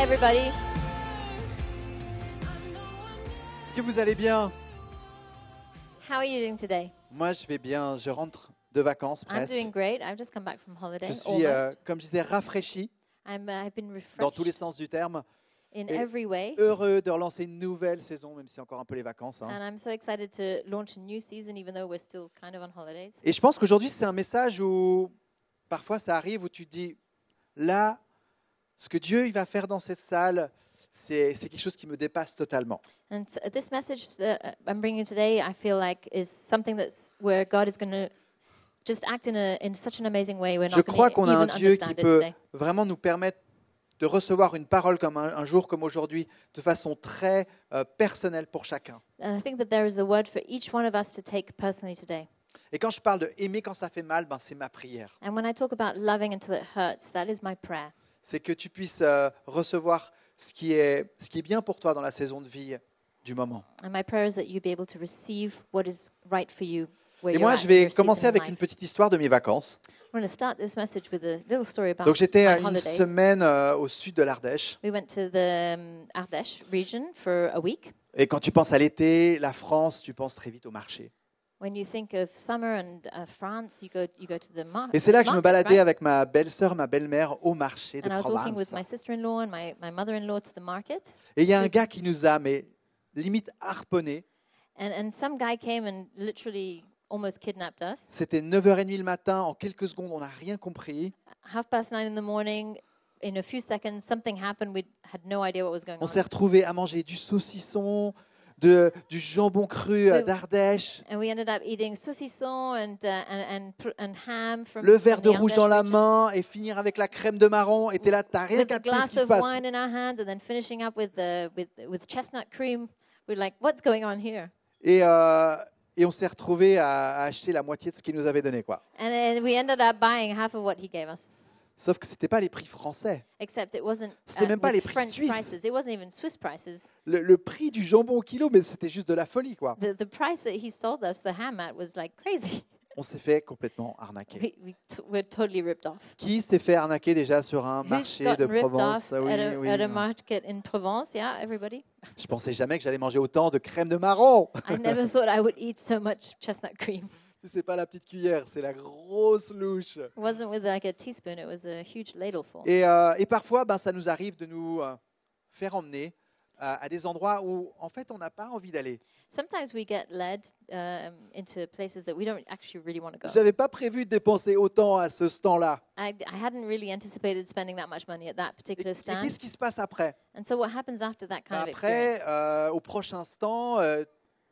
everybody. Est-ce que vous allez bien How are you doing today? Moi, je vais bien. Je rentre de vacances I'm presque. doing great. I've just come back from Je holiday. suis, Almost. euh, comme je disais, rafraîchi I'm, uh, I've been dans tous les refreshed sens du terme. in et- every way. Heureux de relancer une nouvelle saison, même si encore un peu les vacances. hein. And I'm so excited to launch a new season, even though we're still kind of on holidays. Et je pense qu'aujourd'hui, c'est un message où parfois ça arrive où tu te dis là, ce que Dieu il va faire dans cette salle, c'est c'est quelque chose qui me dépasse totalement. And so this message that uh, I'm bringing today, I feel like, is something that's where God is going to just act in, a, in such an amazing way. We're Je not crois going to qu'on even a un Dieu qui understand it peut today. vraiment nous permettre de recevoir une parole comme un, un jour comme aujourd'hui, de façon très euh, personnelle pour chacun. And I think that there is a word for each one of us to take personally today. Et quand je parle de aimer quand ça fait mal, ben, c'est ma prière. And when I talk about loving until it hurts, that is my prayer. C'est que tu puisses euh, recevoir ce qui, est, ce qui est bien pour toi dans la saison de vie du moment. And my prayer is that you be able to receive what is right for you. Where Et you're moi, at je in vais your season commencer in avec life. une petite histoire de mes vacances. I'm going to start this message with a little story about Donc j'étais my euh, une holidays. semaine euh, au sud de l'Ardèche. We went to the um, Ardèche region for a week. Et quand tu penses à l'été, la France, tu penses très vite au marché. When you think of summer and uh, France, you go you go to the mar- Et c'est là que je me market, baladais right? avec ma belle-sœur, ma belle-mère au marché de And I was walking Provence. with my sister-in-law and my, my mother-in-law to the market, Et il y a un gars qui nous a, mais limite harponné. and and some guy came and literally almost kidnapped us. C'était 9h30 le matin, en quelques secondes, on n'a rien compris. Half past nine in the morning. In a few seconds, something happened. We had no idea what was going On on. s'est retrouvés à manger du saucisson, de, du jambon cru euh, Oui. d'Ardèche, And we ended up eating saucisson and uh, and and, pr- and ham from le from verre de the rouge Ardèche dans la region, main et finir avec la crème de marron. Et t'es là, t'as rien with qu'à a te dire glass ce qui se of passe. wine in our hand, and then finishing up with uh, with with chestnut cream. We're like, what's going on here? Et, euh, et on s'est retrouvés à, à acheter la moitié de ce qu'il nous avait donné. quoi. And then we ended up buying half of what he gave us. Sauf que ce n'était pas les prix français. Except it wasn't C'était même pas with les prix French suisses. prices. It wasn't even Swiss prices. Le, le prix du jambon au kilo, mais c'était juste de la folie. quoi. The the price that he sold us the ham at was like crazy. On s'est fait complètement arnaquer. We, we t- we're totally ripped off. Qui s'est fait arnaquer déjà sur un Who's marché de gotten ripped Provence off Ah oui, at, a, oui. at a market in Provence? Yeah, everybody. Je pensais jamais que j'allais manger autant de crème de marron. I never thought I would eat so much chestnut cream. c'est pas la petite cuillère, c'est la grosse louche. It wasn't with like a teaspoon. It was a huge ladleful. Et, euh, et parfois, ben, ça nous arrive de nous euh, faire emmener euh, à des endroits où, en fait, on n'a pas envie d'aller. Sometimes we get led um, into places that we don't actually really want to go. J'avais pas prévu de dépenser autant à ce stand-là. I, I hadn't really anticipated spending that much money at that Et, et particular stand. qu'est-ce qui se passe après And so what happens after that Ben, kind of experience? Après, euh, au prochain stand, euh,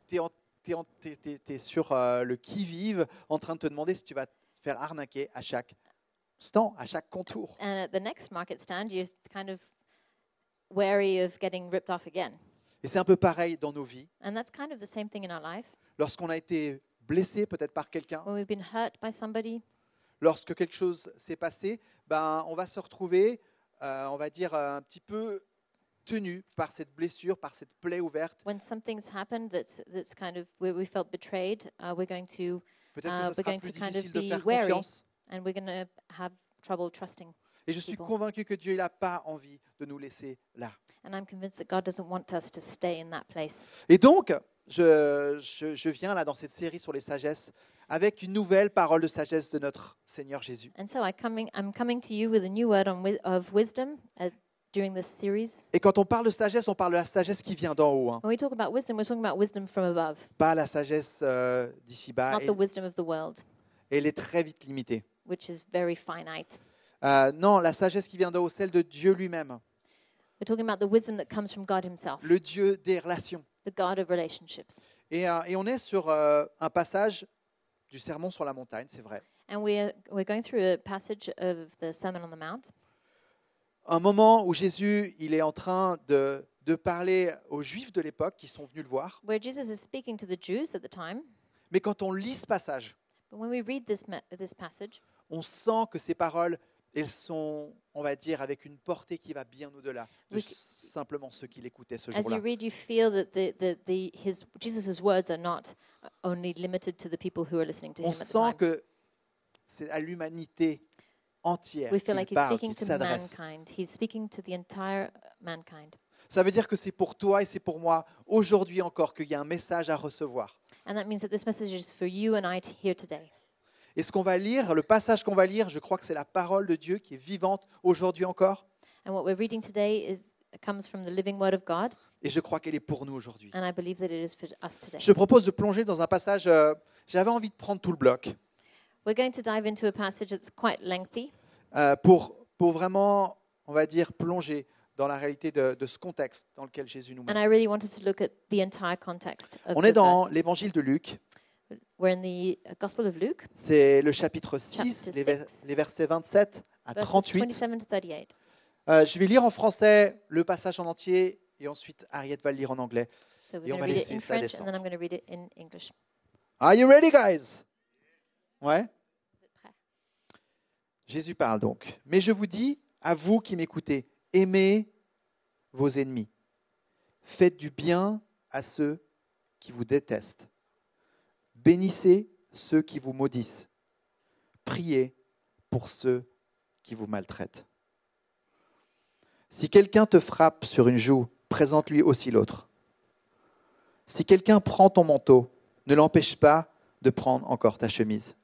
t'es en- t'es en- t'es- t'es- t'es sur euh, le qui-vive en train de te demander si tu vas te faire arnaquer à chaque stand, à chaque contour. And at the next market stand, you're kind of wary of getting ripped off again. Et c'est un peu pareil dans nos vies. And that's kind of the same thing in our life. Lorsqu'on a été blessé peut-être par quelqu'un, When we've been hurt by somebody, lorsque quelque chose s'est passé, ben, on va se retrouver, euh, on va dire, euh, un petit peu tenu par cette blessure, par cette plaie ouverte. when something's happened that's, that's kind of where we felt betrayed, uh, we're going to, Ah, Peut-être que ce we're sera going plus to kind of difficile de be faire wary. confiance. and we're going to have trouble trusting. Et je suis people. convaincu que Dieu n'a pas envie de nous laisser là. And I'm convinced that God doesn't want us to stay in that place. Et donc, je, je- je viens là dans cette série sur les sagesses avec une nouvelle parole de sagesse de notre Seigneur Jésus. And so I coming, I'm coming to you with a new word on wi- of wisdom uh, during this series. Et quand on parle de sagesse, on parle de la sagesse qui vient d'en haut, hein. When we talk about wisdom, we're talking about wisdom from above, pas la sagesse euh, d'ici bas. not Et, the wisdom of the world, et elle est très vite limitée. which is very finite. Euh, non, la sagesse qui vient d'en haut, celle de Dieu lui-même, We're talking about the wisdom that comes from God Himself, le Dieu des relations. the God of relationships. Et, euh, et on est sur euh, un passage du sermon sur la montagne, c'est vrai. And we're, we're going through a passage of the Sermon on the Mount, Un moment où Jésus, il est en train de, de parler aux Juifs de l'époque qui sont venus le voir. where Jesus is speaking to the Jews at the time. Mais quand on lit ce passage, But when we read this, ma- this passage, on sent que ces paroles, elles sont, on va dire, avec une portée qui va bien au-delà de Oui, que- s- simplement ceux qui l'écoutaient ce as you jour-là. read, you feel that the, the, the, his, Jesus' words are not only limited to the people who are listening to On him at the time. sent que c'est à l'humanité entière We qu'il feel like he's parle, speaking qu'il to s'adresse. mankind. He's speaking to the entire uh, mankind. Ça veut dire que c'est pour toi et c'est pour moi, aujourd'hui encore, qu'il y a un message à recevoir. And that means that this message is for you and I t- here today. Et ce qu'on va lire, le passage qu'on va lire, je crois que c'est la parole de Dieu qui est vivante aujourd'hui encore. And what we're reading today is, comes from the living word of God, Et je crois qu'elle est pour nous aujourd'hui. and I believe that it is for us today. Je te propose de plonger dans un passage. euh, J'avais envie de prendre tout le bloc We're going to dive into a passage that's quite lengthy, euh, pour, pour vraiment, on va dire, plonger dans la réalité de, de ce contexte dans lequel Jésus nous and mène. I really wanted to look at the entire context of Mm. On the est dans verse. l'évangile de Luc. We're in the uh, Gospel of Luke, C'est le chapitre 6, Chapitre les, six. vers- les versets 27 à verses 38. 27 to 38. Euh, je vais lire en français le passage en entier et ensuite Harriet va le lire en anglais. So Et we're on going va to read it laisser in ça French, descendre. and then I'm going to read it in English. Are you ready, guys? Ouais. Vous êtes prêts Jésus parle donc. Mais je vous dis, à vous qui m'écoutez, aimez vos ennemis. Faites du bien à ceux qui vous détestent. Bénissez ceux qui vous maudissent. Priez pour ceux qui vous maltraitent. Si quelqu'un te frappe sur une joue, présente-lui aussi l'autre. Si quelqu'un prend ton manteau, ne l'empêche pas de prendre encore ta chemise.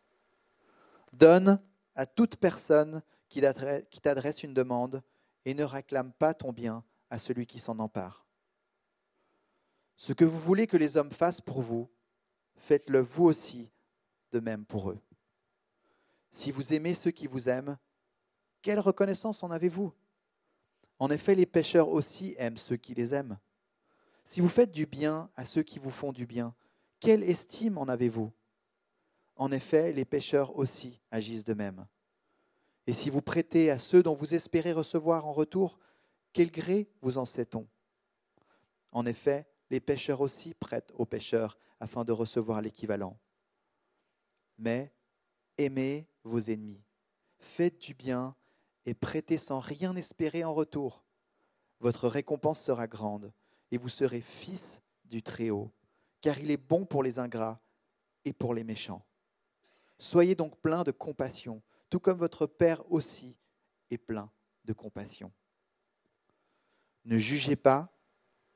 Donne à toute personne qui l'adresse- qui t'adresse une demande et ne réclame pas ton bien à celui qui s'en empare. Ce que vous voulez que les hommes fassent pour vous, faites-le vous aussi de même pour eux. Si vous aimez ceux qui vous aiment, quelle reconnaissance en avez-vous En effet, les pécheurs aussi aiment ceux qui les aiment. Si vous faites du bien à ceux qui vous font du bien, quelle estime en avez-vous en effet, les pécheurs aussi agissent de même. Et si vous prêtez à ceux dont vous espérez recevoir en retour, quel gré vous en sait-on En effet, les pécheurs aussi prêtent aux pécheurs afin de recevoir l'équivalent. Mais aimez vos ennemis, faites du bien et prêtez sans rien espérer en retour. Votre récompense sera grande et vous serez fils du Très-Haut, car il est bon pour les ingrats et pour les méchants. Soyez donc pleins de compassion, tout comme votre Père aussi est plein de compassion. Ne jugez pas,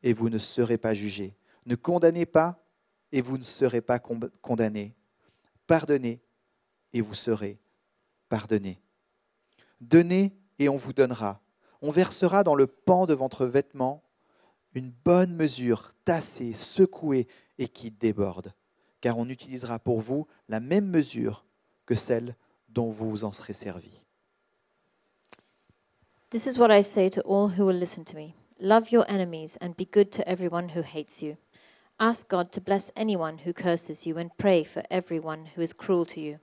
et vous ne serez pas jugés. Ne condamnez pas, et vous ne serez pas com- condamnés. Pardonnez, et vous serez pardonnés. Donnez, et on vous donnera. On versera dans le pan de votre vêtement une bonne mesure, tassée, secouée, et qui déborde car on utilisera pour vous la même mesure que celle dont vous vous en serez servi. This is what I say to all who will listen to me Love your enemies and be good to everyone who hates you. Ask God to bless anyone who curses you and pray for everyone who is cruel to you.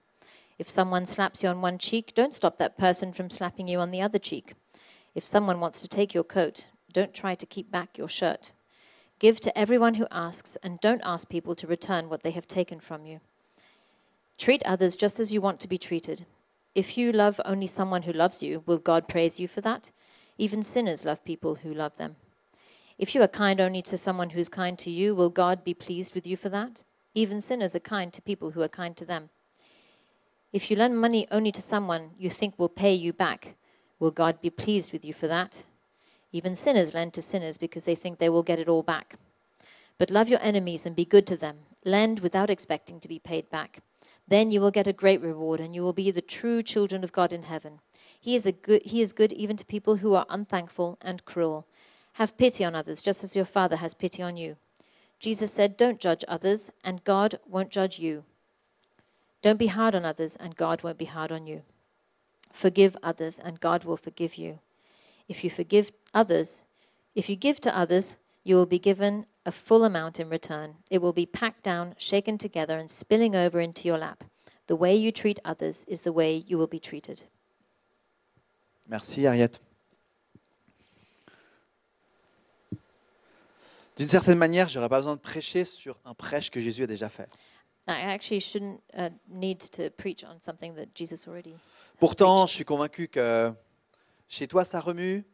If someone slaps you on one cheek, don't stop that person from slapping you on the other cheek. If someone wants to take your coat, don't try to keep back your shirt. Give to everyone who asks, and don't ask people to return what they have taken from you. Treat others just as you want to be treated. If you love only someone who loves you, will God praise you for that? Even sinners love people who love them. If you are kind only to someone who is kind to you, will God be pleased with you for that? Even sinners are kind to people who are kind to them. If you lend money only to someone you think will pay you back, will God be pleased with you for that? Even sinners lend to sinners because they think they will get it all back. But love your enemies and be good to them. Lend without expecting to be paid back. Then you will get a great reward, and you will be the true children of God in heaven. He is, a good, he is good even to people who are unthankful and cruel. Have pity on others, just as your Father has pity on you. Jesus said, Don't judge others, and God won't judge you. Don't be hard on others, and God won't be hard on you. Forgive others, and God will forgive you. If you forgive others, if you give to others, you will be given a full amount in return. It will be packed down, shaken together, and spilling over into your lap. The way you treat others is the way you will be treated. Merci Ariette. D'une certaine manière, je n'aurais pas besoin de prêcher sur un prêche que Jésus a déjà fait. I actually shouldn't uh, need to preach on something that Jesus already. Pourtant, je suis convaincu que chez toi, ça remue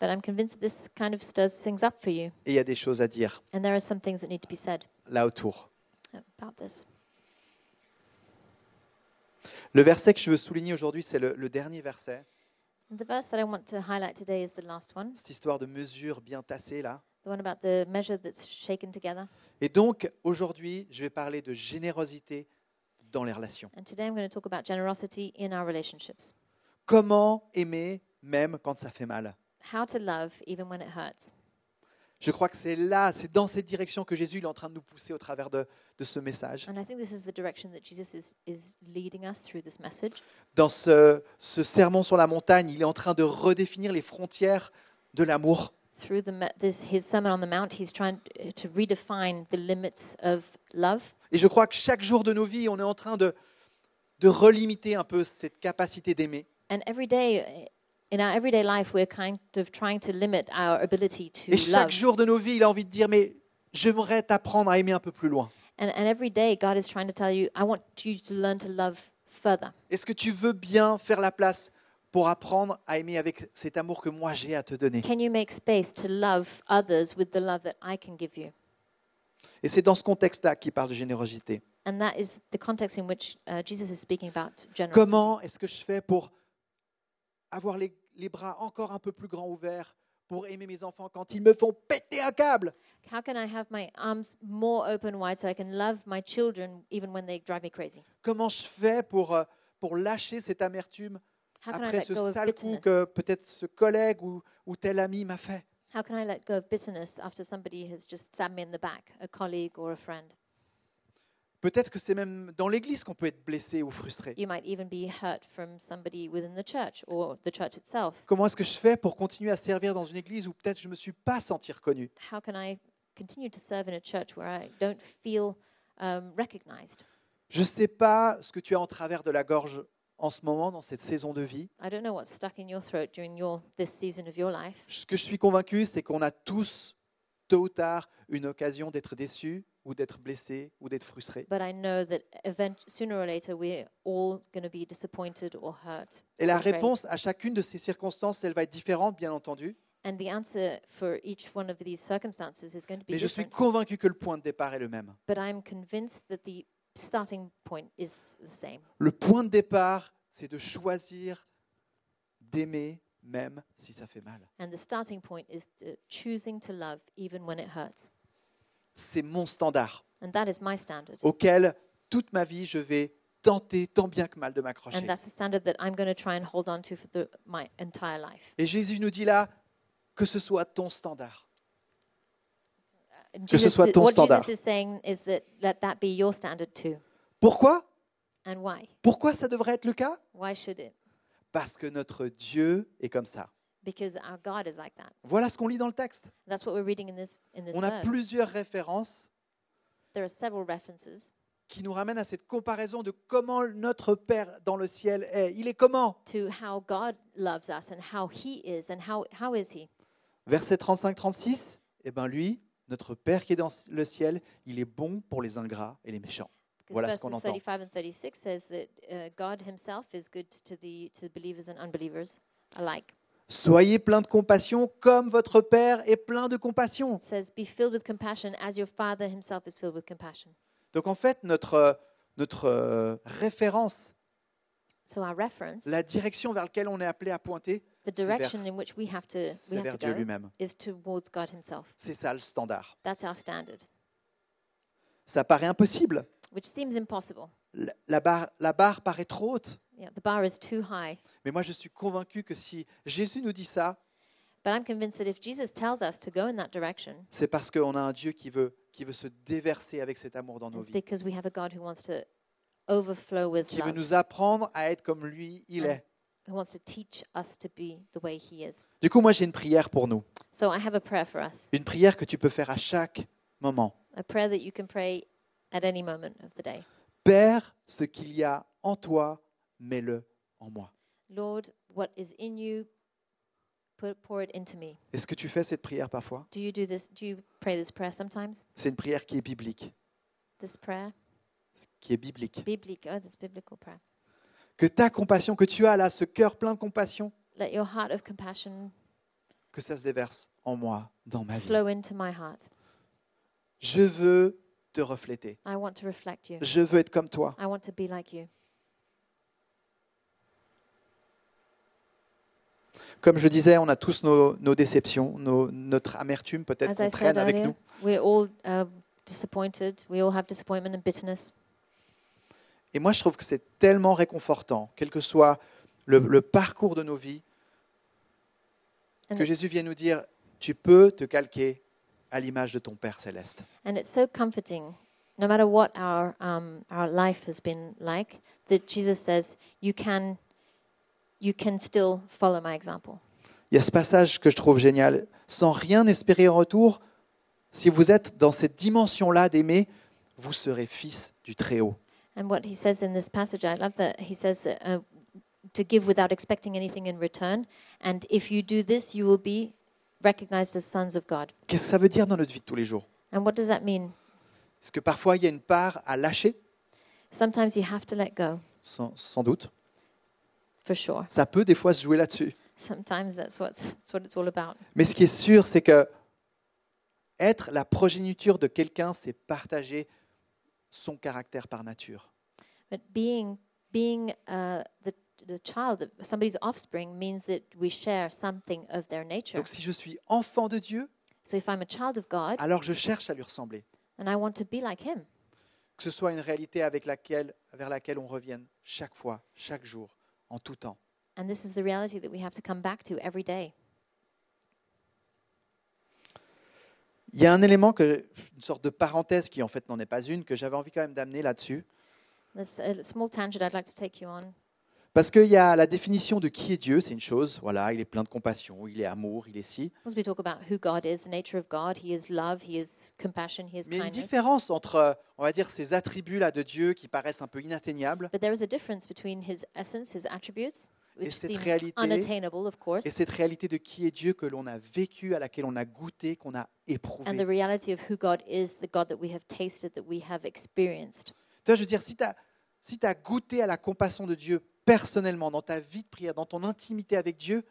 But I'm convinced that this kind of stirs things up for you, et il y a des choses à dire and there are some things that need to be said là autour. about this. Le verset que je veux souligner aujourd'hui, c'est le, le dernier verset, The verse that I want to highlight today is the last one, cette histoire de mesure bien tassée là. the one about the measure that's shaken together. Et donc, aujourd'hui, je vais parler de générosité dans les relations. And today I'm going to talk about generosity in our relationships. Comment aimer même quand ça fait mal How to love even when it hurts. Je crois que c'est là, c'est dans cette direction que Jésus il est en train de nous pousser au travers de, de ce message, And I think this is the direction that Jesus is, is leading us through this message. dans ce, ce sermon sur la montagne. Il est en train de redéfinir les frontières de l'amour. Through the, me- this, his Sermon on the Mount, he's trying to redefine the limits of love. Et je crois que chaque jour de nos vies, on est en train de, de relimiter un peu cette capacité d'aimer. And every day, in our everyday life, we're kind of trying to limit our ability to Et chaque love. jour de nos vies, il a envie de dire, mais j'aimerais t'apprendre à aimer un peu plus loin. And, and every day, God is trying to tell you, I want you to learn to love further. Est-ce que tu veux bien faire la place pour apprendre à aimer avec cet amour que moi j'ai à te donner Can you make space to love others with the love that I can give you? Et c'est dans ce contexte-là qu'il parle de générosité. And that is the context in which uh, Jesus is speaking about generosity. Comment est-ce que je fais pour avoir les, les bras encore un peu plus grands ouverts pour aimer mes enfants quand ils me font péter un câble How can I have my arms more open wide so I can love my children even when they drive me crazy? Comment je fais pour, euh, pour lâcher cette amertume How can I après let ce go of sale coup bitterness? que peut-être ce collègue ou, ou tel ami m'a fait How can I let go of bitterness after somebody has just stabbed me in the back, a colleague or a friend? Peut-être que c'est même dans l'Église qu'on peut être blessé ou frustré. You might even be hurt from somebody within the church or the church itself. Comment est-ce que je fais pour continuer à servir dans une église où peut-être je ne me suis pas senti reconnu How can I continue to serve in a church where I don't feel um, recognized? Je ne sais pas ce que tu as en travers de la gorge en ce moment, dans cette saison de vie. I don't know what's stuck in your throat during your this season of your life. Ce que je suis convaincu, c'est qu'on a tous, tôt ou tard, une occasion d'être déçu ou d'être blessé ou d'être frustré. But I know that event, sooner or later we're all going to be disappointed or hurt. Et la Frustré. réponse à chacune de ces circonstances, elle va être différente, bien entendu. And the answer for each one of these circumstances is going to be Mais je suis different. convaincu que le point de départ est le même. But I'm convinced that the starting point is the same. Le point de départ, c'est de choisir d'aimer même si ça fait mal. And the starting point is uh, choosing to love even when it hurts. C'est mon standard. And that is my standard. auquel toute ma vie je vais tenter tant bien que mal de m'accrocher. And that's a standard that I'm going to try and hold on to for the, my entire life. Et Jésus nous dit là que ce soit ton standard. And Que ce soit is- ton what standard. Jesus is saying is that let that be your standard too. Pourquoi And why? Pourquoi ça devrait être le cas Why should it? Parce que notre Dieu est comme ça. Because our God is like that. Voilà ce qu'on lit dans le texte. That's what we're reading in this in this On a verse. plusieurs références There are several references qui nous ramènent à cette comparaison de comment notre Père dans le ciel est. Il est comment to how God loves us and how He is and how how is He? Verset 35-36, eh bien lui, notre Père qui est dans le ciel, il est bon pour les ingrats et les méchants. Because Voilà ce verses qu'on entend. 35 and 36 says that uh, God Himself is good to the to the believers and unbelievers alike. Soyez plein de compassion comme votre Père est plein de compassion. It says, "Be filled with compassion, as your Father Himself is filled with compassion." Donc en fait, notre, notre euh, référence, So our reference, la direction vers laquelle on est appelé à pointer, the vers- direction in which we have to we c'est have vers to Dieu go, lui-même. is towards God Himself. C'est ça le standard. That's our standard, Ça paraît impossible. which seems impossible. La la barre, la barre paraît trop haute. Yeah, the bar is too high. Mais moi, je suis convaincu que si Jésus nous dit ça, But I'm convinced that if Jesus tells us to go in that direction, c'est parce qu'on a un Dieu qui veut, qui veut se déverser avec cet amour dans nos It's vies, because we have a God who wants to overflow with qui veut love, nous apprendre à être comme lui, il Ouais. est. who wants to teach us to be the way He is. Du coup, moi, j'ai une prière pour nous. So I have a prayer for us, Une prière que tu peux faire à chaque moment. a prayer that you can pray at any moment of the day. Père, ce qu'il y a en toi, mets-le en moi. Lord, what is in you, put, pour it into me. Est-ce que tu fais cette prière parfois Do you do this? Do you pray this prayer sometimes? C'est une prière qui est biblique, This prayer, qui est biblique. biblique, oh, this biblical prayer. Que ta compassion, que tu as là, ce cœur plein de compassion, Let your heart of compassion que ça se déverse en moi, dans ma vie. flow into my heart. Je veux te refléter. I want to reflect you. Je veux être comme toi. I want to be like you. Comme je disais, on a tous nos, nos déceptions, nos- notre amertume peut-être As I qu'on said traîne avec earlier, nous. we're all uh, disappointed. We all have disappointment and bitterness. Et moi, je trouve que c'est tellement réconfortant, quel que soit le, le parcours de nos vies, And que it- Jésus vient nous dire, tu peux te calquer à l'image de ton Père céleste. And it's so comforting, no matter what our um, our life has been like, that Jesus says, "You can, you can still follow my example." Il y a ce passage que je trouve génial. Sans rien espérer en retour, si vous êtes dans cette dimension-là d'aimer, vous serez fils du Très-Haut. And what he says in this passage, I love that he says that, uh, to give without expecting anything in return, and if you do this, you will be recognized as sons of God. Qu'est-ce que ça veut dire dans notre vie de tous les jours And what does that mean? Est-ce que parfois il y a une part à lâcher Sometimes you have to let go, sans, sans doute. for sure. Ça peut des fois se jouer là-dessus. Sometimes that's what that's what it's all about. Mais ce qui est sûr, c'est que être la progéniture de quelqu'un, c'est partager son caractère par nature. But being being uh, the the child of somebody's offspring means that we share something of their nature. Donc si je suis enfant de Dieu, So if I'm a child of God alors je cherche à lui ressembler. and I want to be like Him, Que ce soit une réalité avec laquelle, vers laquelle on revienne chaque fois, chaque jour, en tout temps. and this is the reality that we have to come back to every day. Il y a un élément, que, une sorte de parenthèse qui en fait n'en est pas une, que j'avais envie quand même d'amener là-dessus. That's a small tangent I'd like to take you on. Parce qu'il y a la définition de qui est Dieu, c'est une chose. Voilà, il est plein de compassion, il est amour, il est si. As we talk about who God is, the nature of God, He is love, He is compassion, He is Mais il y a une kindness. différence entre, euh, on va dire, ces attributs-là de Dieu qui paraissent un peu inatteignables But there is a difference between His essence, His attributes, which cette seem réalité- unattainable, of course, et cette réalité de qui est Dieu que l'on a vécu, à laquelle on a goûté, qu'on a and the éprouvé. reality of who God is, the God that we have tasted, that we have experienced. Toi, je veux dire, si tu as, si t'as goûté à la compassion de Dieu personnellement, dans ta vie de prière, dans ton intimité avec Dieu,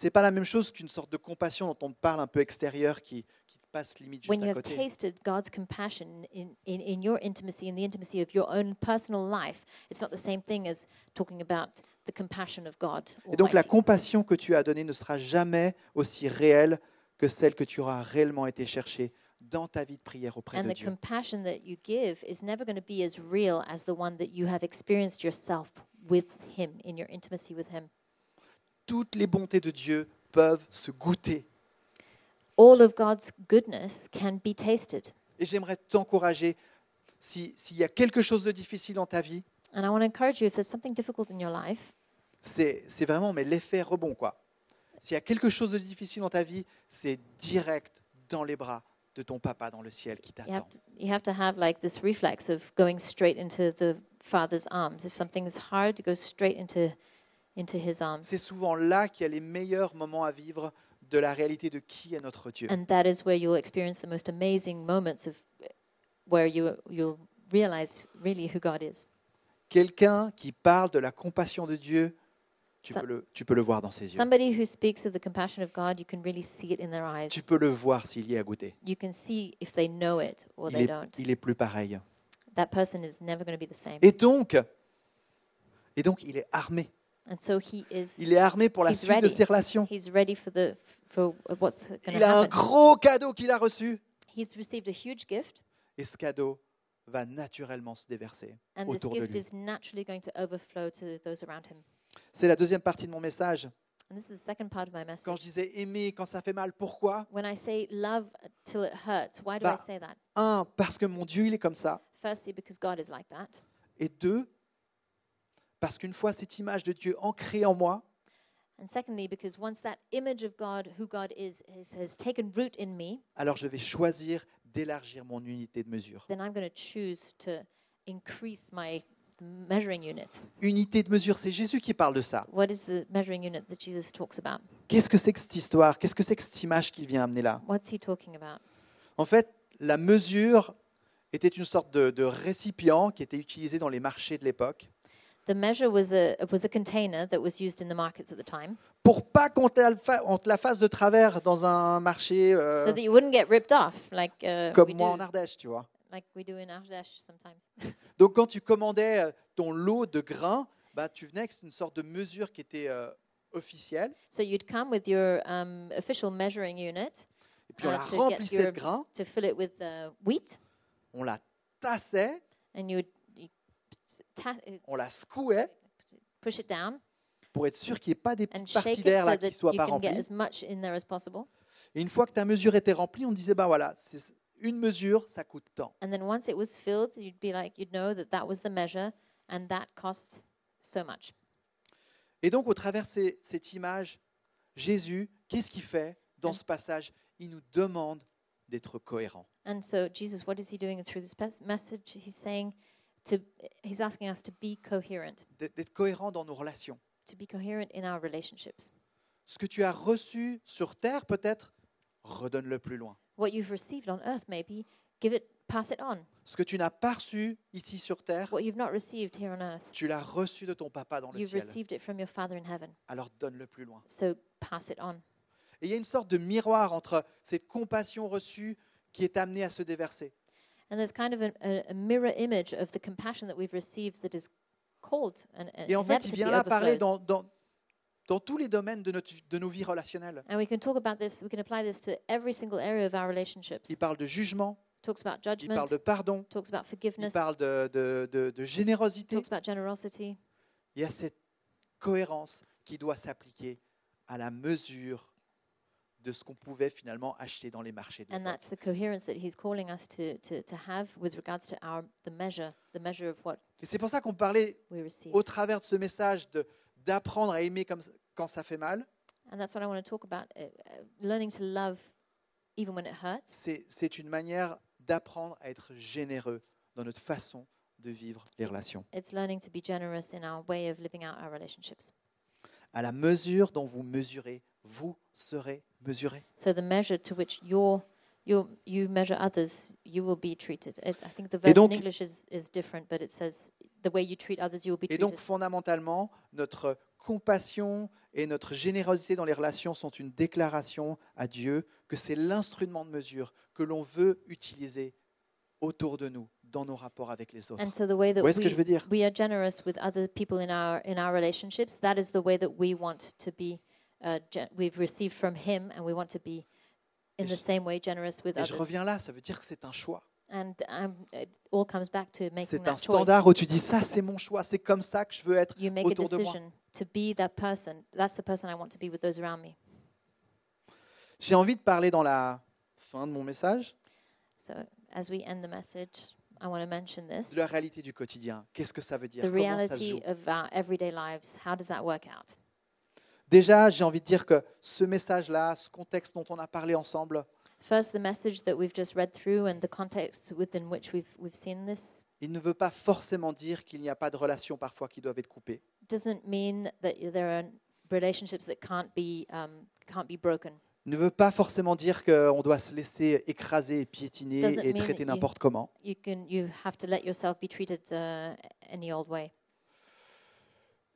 c'est pas la même chose qu'une sorte de compassion dont on te parle un peu extérieure qui, qui te passe limite when juste you à have côté. tasted God's compassion in, in, in your intimacy, in the intimacy of your own personal life, it's not the same thing as talking about the compassion of God. Et donc la Almighty. compassion que tu as donnée ne sera jamais aussi réelle que celle que tu auras réellement été chercher dans ta vie de prière auprès and de the Dieu. compassion that you give is never going to be as real as the one that you have experienced yourself with Him, in your intimacy with Him. Toutes les bontés de Dieu peuvent se goûter. All of God's goodness can be tasted. Et j'aimerais t'encourager, si- s'il y a quelque chose de difficile dans ta vie, And I want to encourage you if there's something difficult in your life, c'est c'est vraiment mais l'effet rebond quoi. S'il y a quelque chose de difficile dans ta vie, c'est direct dans les bras de ton papa dans le ciel qui you t'attend. have, to, you have to have like this reflex of going straight into the father's arms. If something is hard, you go straight into into his arms. C'est souvent là qu'il y a les meilleurs moments à vivre de la réalité de qui est notre Dieu. And that is where you'll experience the most amazing moments of where you you'll realize really who God is. Quelqu'un qui parle de la compassion de Dieu, tu Ça- peux le, tu peux le voir dans ses yeux. Somebody who speaks of the compassion of God, you can really see it in their eyes. Tu peux le voir s'il y est à goûter. You can see if they know it or Il they est, don't. il est plus pareil. That person is never going to be the same. Et donc, et donc, il est armé. And so he is Il est armé pour la He's suite de ready. ses relations. he's ready for the for what's going Il to a un happen. gros cadeau qu'il a reçu. He's received a huge gift. Et ce cadeau va naturellement se déverser. And this autour de gift lui. is naturally going to overflow to those around him. C'est la deuxième partie de mon message. And this is the second part of my message. Quand je disais aimer quand ça fait mal, pourquoi When I say love till it hurts, why do Bah. I say that? Un, parce que mon Dieu, il est comme ça. Firstly, because God is like that. Et deux, parce qu'une fois cette image de Dieu ancrée en moi, And secondly, because once that image of God, who God is, has, has taken root in me, alors je vais choisir d'élargir mon unité de mesure. then I'm going to choose to increase my measuring unit. Unité de mesure, c'est Jésus qui parle de ça. What is the measuring unit that Jesus talks about? Qu'est-ce que c'est que cette histoire Qu'est-ce que c'est que cette image qu'il vient amener là What's he talking about? En fait, la mesure était une sorte de, de récipient qui était utilisé dans les marchés de l'époque The measure was a, was a container that was used in the markets at the time pour pas qu'on te la fa- on te la fasse de travers dans un marché euh, so that you wouldn't get ripped off like, uh, comme we, moi en do, Ardèche, tu vois. like we do in Ardèche sometimes. Donc quand tu commandais euh, ton lot de grains, bah, tu venais avec une sorte de mesure qui était euh, officielle, So you'd come with your um, official measuring unit et puis on Ah, la to get remplissait de your- grains, to fill it with uh, wheat, on la tassait, and you would you ta- uh, on la secouait push it down pour être sûr qu'il n'y ait pas des and petites shake parties it d'air so là that qui ne you soient pas can get remplies. as much in there as possible. Et une fois que ta mesure était remplie, on disait bah voilà, c'est une mesure, ça coûte tant. And then once it was filled, you'd be like, you'd know that that was the measure, and that cost so much. Et donc, au travers de ces- cette image, Jésus, qu'est-ce qu'il fait dans Mm. ce passage Il nous demande d'être cohérents. And so Jesus, what is he doing through this pes- message? He's saying, to he's asking us to be coherent, d'être d'être cohérent dans nos relations. to be coherent in our relationships. Ce que tu as reçu sur terre, peut-être, redonne-le plus loin. What you've received on earth, maybe, give it, pass it on. Ce que tu n'as pas reçu ici sur terre, What you've not received here on earth, tu l'as reçu de ton papa dans le you've ciel. received it from your Father in heaven. Alors donne-le plus loin. So pass it on. Et il y a une sorte de miroir entre cette compassion reçue qui est amenée à se déverser. And there's kind of a, a, a mirror image of the compassion that we've received that is called and, and Et en fait, il inevitably vient là parler overflows. dans, dans, dans tous les domaines de, notre- de nos vies relationnelles. And we can talk about this, we can apply this to every single area of our relationships. Il parle de jugement, Talks about il parle judgment, de pardon, talks about il forgiveness, parle de, de- de- de générosité. talks about generosity. Il y a cette cohérence qui doit s'appliquer à la mesure de ce qu'on pouvait finalement acheter dans les marchés. de And l'époque. that's the coherence that he's calling us to, to, to have with regards to our the measure, the measure of what Et c'est pour ça qu'on parlait we receive. au travers de ce message de- d'apprendre à aimer comme, quand ça fait mal. And that's what I want to talk about. Uh, uh, learning to love even when it hurts. C'est c'est une manière d'apprendre à être généreux dans notre façon de vivre les relations. It's learning to be generous in our way of living out our relationships. À la mesure dont vous mesurez, vous serez mesuré. So the measure to which your your you measure others, you will be treated. It's, I think the Et verse donc- in English is, is different, but it says the way you treat others, you will be Et treated. donc fondamentalement, notre compassion et notre générosité dans les relations sont une déclaration à Dieu que c'est l'instrument de mesure que l'on veut utiliser autour de nous, dans nos rapports avec les autres. and so the way that Vous voyez ce que je veux we, dire we are generous with other people in our in our relationships, that is the way that we want to be. Uh, gen- we've received from Him, and we want to be Et in the je- same way generous with Et je others. reviens là, ça veut dire que c'est un choix. And um, it all comes back to making C'est un that choice. standard où tu dis ça c'est mon choix, c'est comme ça que je veux être You make a autour de moi. decision to be that person. That's the person I want to be with those around me. J'ai envie de parler dans la fin de mon message So, as we end the message, I want to mention this de la réalité du quotidien. Qu'est-ce que ça veut dire the Comment ça se reality joue of our everyday lives. How does that work out? Déjà, j'ai envie de dire que ce message-là, ce contexte dont on a parlé ensemble, First, the message that we've just read through and the context within which we've, we've seen this Il ne veut pas forcément dire qu'il n'y a pas de relations parfois qui doivent être coupées. doesn't mean that there are relationships that can't be, um, can't be broken. Il ne veut pas forcément dire qu'on doit se laisser écraser et piétiner Doesn't et mean traiter that you- n'importe comment. You, can, you have to let yourself be treated uh, any old way.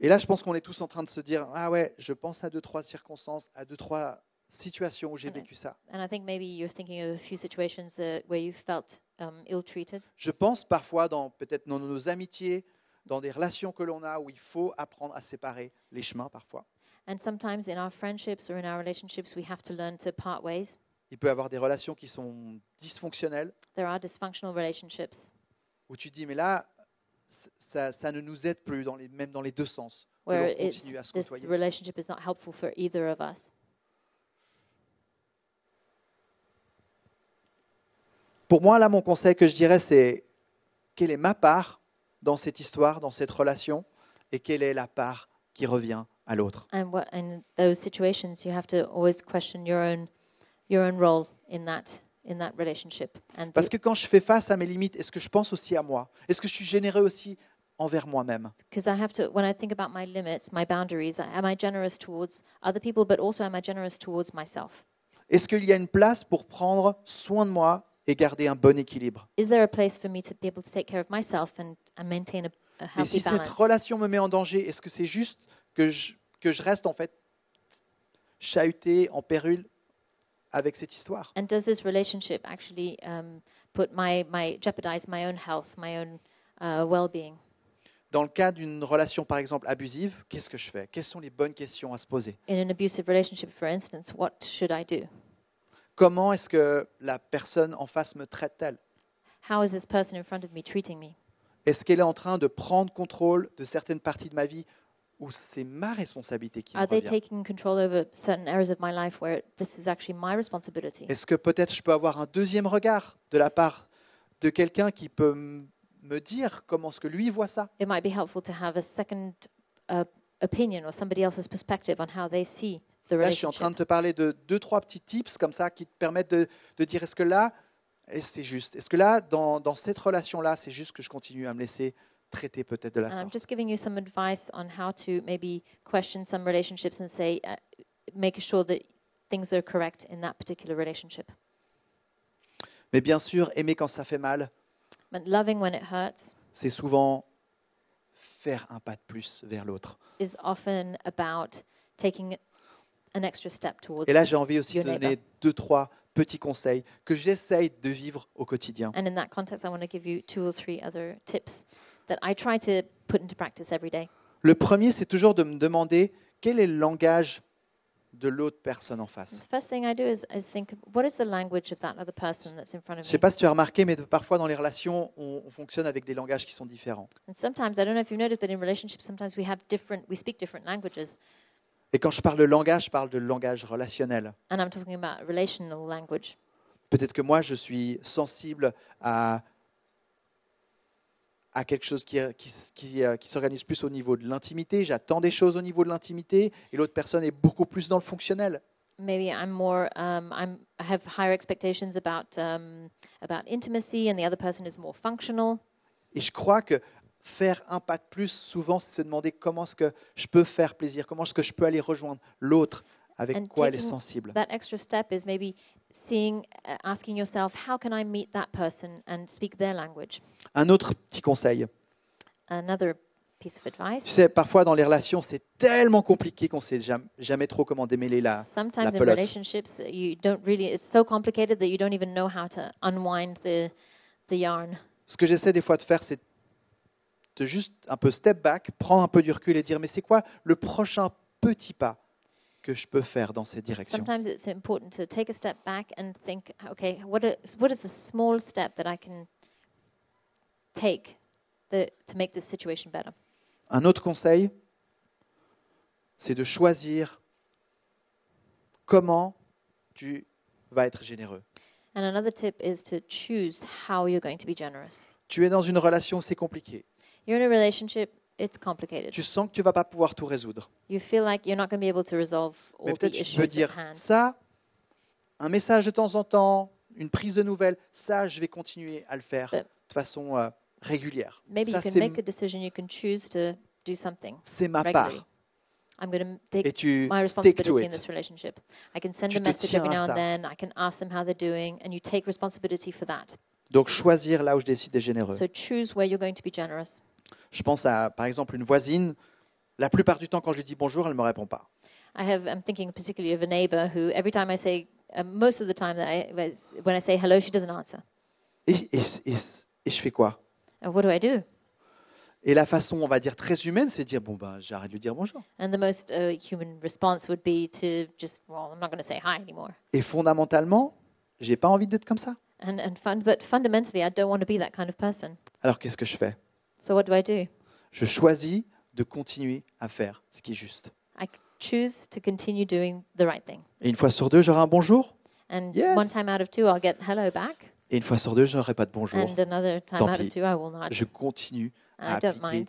Et là, je pense qu'on est tous en train de se dire Ah ouais, je pense à deux, trois circonstances, à deux, trois situations où j'ai Ouais. vécu ça. And I think maybe you're thinking of a few situations uh, where you felt um, ill treated. Je pense parfois dans peut-être dans nos amitiés, dans des relations que l'on a où il faut apprendre à séparer les chemins parfois. And sometimes in our friendships or in our relationships, we have to learn to part ways. Il peut y avoir des relations qui sont dysfonctionnelles There are dysfunctional relationships où tu te dis Mais là, ça, ça ne nous aide plus, dans les, même dans les deux sens, que where l'on it's, continue à se this côtoyer. relationship is not helpful for either of us. Pour moi, là, mon conseil que je dirais, c'est quelle est ma part dans cette histoire, dans cette relation, et quelle est la part qui revient à l'autre. And what, in those situations, you have to always question your own, your own role in that, in that relationship. And Parce que quand je fais face à mes limites, est-ce que je pense aussi à moi Est-ce que je suis généreux aussi envers moi-même because I have to, when I think about my limits, my boundaries, I- am I generous towards other people, but also am I generous towards myself? Est-ce qu'il y a une place pour prendre soin de moi et garder un bon équilibre Is there a place for me to be able to take care of myself and, and maintain a, a Et healthy si cette balance? relation me met en danger, est-ce que c'est juste que je, que je reste en fait chahuté, en péril avec cette histoire And does this relationship actually um, put my, my jeopardize my own health, my own uh, well-being? Dans le cas d'une relation, par exemple, abusive, qu'est-ce que je fais Quelles sont les bonnes questions à se poser In an abusive relationship, for instance, what should I do? Comment est-ce que la personne en face me traite-t-elle How is this person in front of me treating me? Est-ce qu'elle est en train de prendre contrôle de certaines parties de ma vie où c'est ma responsabilité qui me Are they revient taking control over certain areas of my life where this is actually my responsibility? Est-ce que peut-être je peux avoir un deuxième regard de la part de quelqu'un qui peut m- me dire comment est-ce que lui voit ça It might be helpful to have a second uh, opinion or somebody else's perspective on how they see the Là, je suis en train de relationship. te parler de deux, trois petits tips comme ça qui te permettent de, de dire est-ce que là, et c'est juste, est-ce que là, dans, dans cette relation-là, c'est juste que je continue à me laisser traiter peut-être de la And I'm sorte Um, just giving you some advice on how to maybe question some relationships and say, uh, make sure that things are correct in that particular relationship. Mais bien sûr, aimer quand ça fait mal, But loving when it hurts c'est souvent faire un pas de plus vers l'autre. is often about taking an extra step towards. Et là, j'ai envie aussi de Your donner neighbor. deux, trois petits conseils que j'essaye de vivre au quotidien. And in that context, I want to give you two or three other tips that I try to put into practice every day. Le premier, c'est toujours de me demander quel est le langage de l'autre personne en face. The first thing I do is, is think, what is the language of that other person that's in front Je of me? ne sais pas si tu as remarqué, mais parfois dans les relations, on, on fonctionne avec des langages qui sont différents. And sometimes, I don't know if you've noticed, but in relationships, sometimes we have different, we speak different languages. Et quand je parle de langage, je parle de langage relationnel. And I'm talking about relational language. Peut-être que moi, je suis sensible à, à quelque chose qui, qui, qui, euh, qui s'organise plus au niveau de l'intimité, j'attends des choses au niveau de l'intimité, et l'autre personne est beaucoup plus dans le fonctionnel. Maybe I'm more, um, I'm, I have higher expectations about um, about intimacy, and the other person is more functional. Et je crois que faire un pas de plus, souvent, c'est se demander comment est-ce que je peux faire plaisir, comment est-ce que je peux aller rejoindre l'autre, avec And quoi elle est taking sensible. That extra step is maybe seeing, uh, asking yourself, how can I meet that person and speak their language? Un autre petit conseil. Another piece of advice. Tu sais, parfois dans les relations, c'est tellement compliqué qu'on ne sait jam- jamais trop comment démêler la. Sometimes in pelote. relationships, uh, you don't really, it's so complicated that you don't even know how to unwind the, the yarn. Ce que j'essaie des fois de faire, c'est de juste un peu step back, prendre un peu du recul et dire mais c'est quoi le prochain petit pas que je peux faire dans cette direction Sometimes it's important to take a step back and think, okay, what is, what is the small step that I can take the, to make this situation better? Un autre conseil, c'est de choisir comment tu vas être généreux. And another tip is to choose how you're going to be generous. Tu es dans une relation, c'est compliqué. You're in a relationship, it's complicated. Tu sens que tu vas pas pouvoir tout résoudre. You feel like you're not going to be able to resolve Mais all peut-être the tu peux issues at dire hand. ça, un message de temps en temps, une prise de nouvelles, ça, je vais continuer à le faire But- de façon euh, régulière. Maybe Ça, you can c'est- make a decision, you can choose to do something C'est ma regularly. part. I'm going to Et take tu my stick to responsibility in it. this relationship. I can send Tu a te message tiens every à now ça. and then. I can ask them how they're doing, and you take responsibility for that. Donc choisir là où je décide est généreux. So choose where you're going to be generous. Je pense à, par exemple, une voisine. La plupart du temps, quand je lui dis bonjour, elle ne me répond pas. I have. I'm thinking particularly of a neighbor who, every time I say, uh, most of the time that I, when I say hello, she doesn't answer. Et, et- et- et je fais quoi And what do I do? Et la façon, on va dire, très humaine, c'est de dire, bon, ben, j'arrête de lui dire bonjour. And the most uh, human response would be to just, well, I'm not going to say hi anymore. Et fondamentalement, j'ai pas envie d'être comme ça. And and fun, but fundamentally, I don't want to be that kind of person. Alors qu'est-ce que je fais So what do I do? Je choisis de continuer à faire ce qui est juste. I c- choose to continue doing the right thing. Et une fois sur deux, j'aurai un bonjour. And Yes. one time out of two, I'll get hello back. Et une fois sur deux, je n'aurai pas de bonjour. And uh, another time Tant out pis. of two, I will not. Je continue à I don't appliquer mind.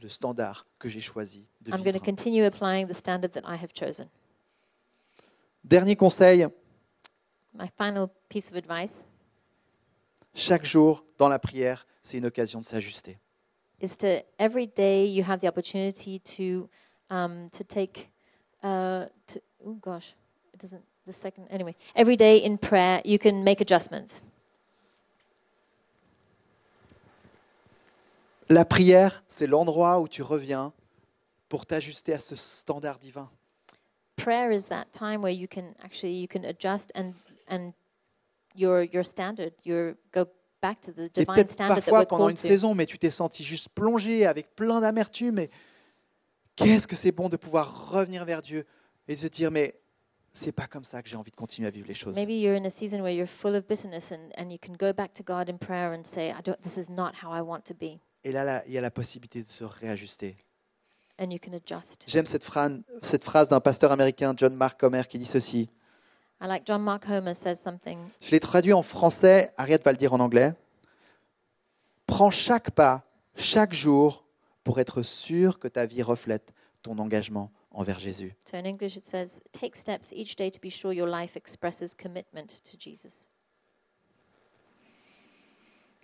le standard que j'ai choisi de I'm going to vivre. continue applying the standard that I have chosen. Dernier conseil, My final piece of advice chaque jour dans la prière, c'est une occasion de s'ajuster. is to every day you have the opportunity to um, to take uh, to, oh gosh it doesn't the second anyway every day in prayer you can make adjustments La prière, c'est l'endroit où tu reviens pour t'ajuster à ce standard divin. prayer is that time where you can actually you can adjust and and your your standard your go back to the Et divine peut-être standard that parfois we're pendant called une to. saison, mais tu t'es senti juste plongé avec plein d'amertume. Et qu'est-ce que c'est bon de pouvoir revenir vers Dieu et de se dire, mais c'est pas comme ça que j'ai envie de continuer à vivre les choses. Maybe you're in a season where you're full of bitterness and, and you can go back to God in prayer and say, I don't, this is not how I want to be. Et là, là, il y a la possibilité de se réajuster. And you can adjust. J'aime cette, phrase- cette phrase d'un pasteur américain, John Mark Comer, qui dit ceci. I like John Mark Homer says something. Je l'ai traduit en français, Ariette va le dire en anglais. Prends chaque pas, chaque jour, pour être sûr que ta vie reflète ton engagement envers Jésus. So in English it says, take steps each day to be sure your life expresses commitment to Jesus.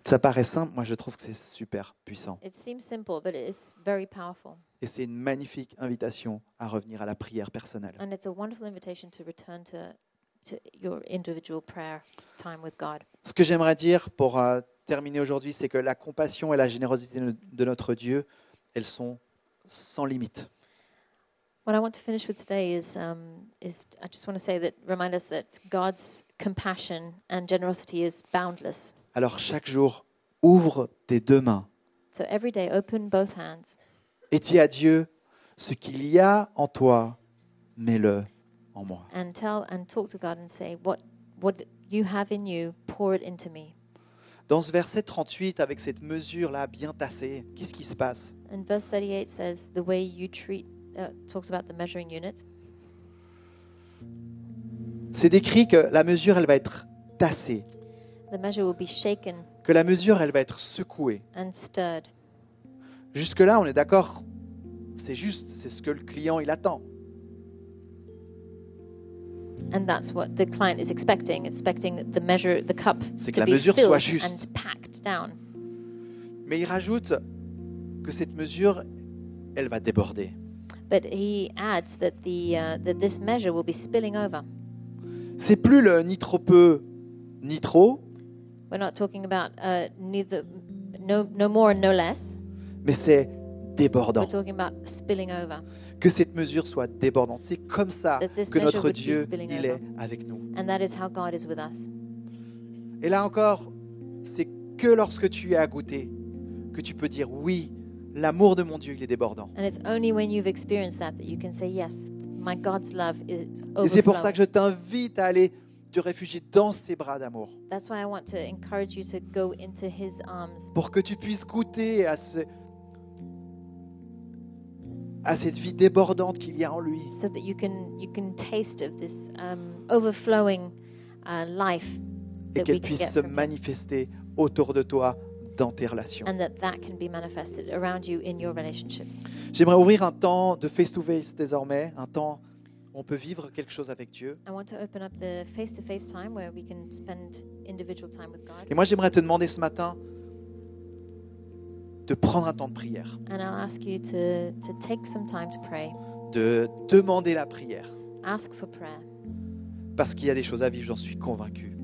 Ça paraît simple, moi je trouve que c'est super puissant. It seems simple, but it is very powerful. Et c'est une magnifique invitation à revenir à la prière personnelle. And it's a wonderful invitation to return to, to your individual prayer time with God. Ce que j'aimerais dire pour euh, terminer aujourd'hui, c'est que la compassion et la générosité de- de notre Dieu, elles sont sans limite. What I want to finish with today is, um, is I just want to say that remind us that God's compassion and generosity is boundless. Alors chaque jour, ouvre tes deux mains So every day, open both hands et dis à Dieu ce qu'il y a en toi, mets-le en moi. and tell and talk to God and say, "What what you have in you, pour it into me." Dans ce verset 38, avec cette mesure-là bien tassée, qu'est-ce qui se passe And verse 38 says, "The way you treat." Uh, talks about the measuring unit. C'est décrit que la mesure, elle va être tassée, The measure will be shaken que la mesure, elle va être secouée. and stirred. Jusque-là, on est d'accord C'est juste, c'est ce que le client, il attend. And that's what the client is expecting, expecting the measure, the cup C'est que to la be mesure filled soit juste. and packed down. Mais il rajoute que cette mesure, elle va déborder. But he adds that the uh, that this measure will be spilling over. C'est plus le ni trop peu, ni trop, We're not talking about uh, neither, no no more and no less. mais c'est We're débordant. talking about spilling over. Que cette mesure soit débordante. C'est comme ça That this que measure notre would Dieu, be spilling il over. est avec nous. And that is how God is with us. Et là encore, c'est que lorsque tu as goûté que tu peux dire oui, l'amour de mon Dieu, il est débordant. And it's only when you've experienced that that you can say, yes, my God's love is Et c'est pour ça overflowing. que je t'invite à aller te réfugier dans ses bras d'amour, That's why I want to encourage you to go into His arms pour que tu puisses goûter à, ce- à cette vie débordante qu'il y a en lui. so that you can you can taste of this um, overflowing uh, life Et that we qu'elle can puisse get se from Him. manifester autour de toi, dans tes relations. and that that can be manifested around you in your relationships. J'aimerais ouvrir un temps de face-to-face désormais, un temps où on peut vivre quelque chose avec Dieu. I want to open up the face-to-face time where we can spend individual time with God. Et moi, j'aimerais te demander ce matin de prendre un temps de prière. And I'll ask you to, to take some time to pray. de demander la prière. Ask for prayer. Parce qu'il y a des choses à vivre, j'en suis convaincu.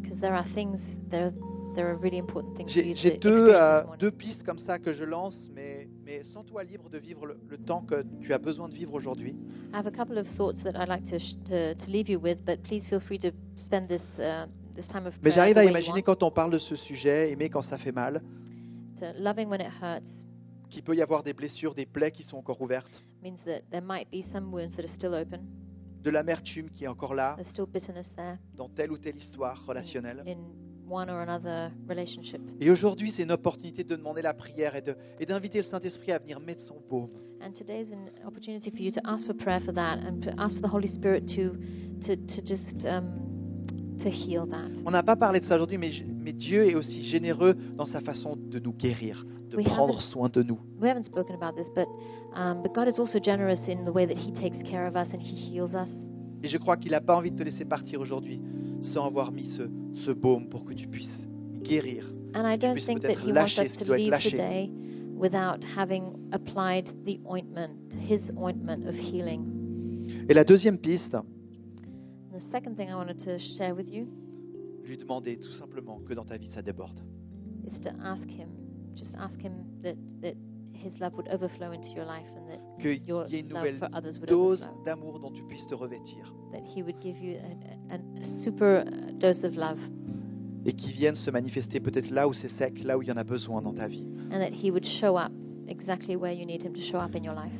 Because there are things, there, there are really important things for J'ai you to j'ai experience deux, euh, this morning. deux pistes comme ça que je lance, mais, mais sans toi libre de vivre le, le temps que tu as besoin de vivre aujourd'hui. I have a couple of thoughts that I'd like to, sh- to, to leave you with, but please feel free to spend this, uh, this time of Mais prayer j'arrive the à way you imaginer want, quand on parle de ce sujet, aimer quand ça fait mal, to loving when it hurts qu'il peut y avoir des blessures, des plaies qui sont encore ouvertes, means that there might be some wounds that are still open. de l'amertume qui est encore là There's still bitterness there dans telle ou telle histoire relationnelle. in one or another relationship. Et aujourd'hui, c'est une opportunité de demander la prière et de- et d'inviter le Saint-Esprit à venir mettre son paume. And today's an opportunity for you to ask for prayer for that and to ask for the Holy Spirit to, to, to just um, to heal that. On n'a pas parlé de ça aujourd'hui, mais, je- mais Dieu est aussi généreux dans sa façon de nous guérir, de Oui, prendre Amen. soin de nous. We haven't spoken about this, but um, but God is also generous in the way that He takes care of us and He heals us. Et je crois qu'il n'a pas envie de te laisser partir aujourd'hui sans avoir mis ce, ce baume pour que tu puisses guérir. And I don't puisses think that peut-être He wants lâcher us ce to qui doit être leave lâché. today without having applied the ointment, His ointment of healing. Et la deuxième piste, And the second thing I wanted to share with you lui demander tout simplement que dans ta vie ça déborde. is to ask Him, just ask Him that that His love would overflow into your life and that Qu'il y your ait une love nouvelle for others would dose overflow. d'amour dont tu puisses te revêtir. that he would give you a, a, an- a super uh, dose of love. et qui vienne se manifester peut-être là où c'est sec, là où il y en a besoin dans ta vie. and that He would show up exactly where you need Him to show up in your life.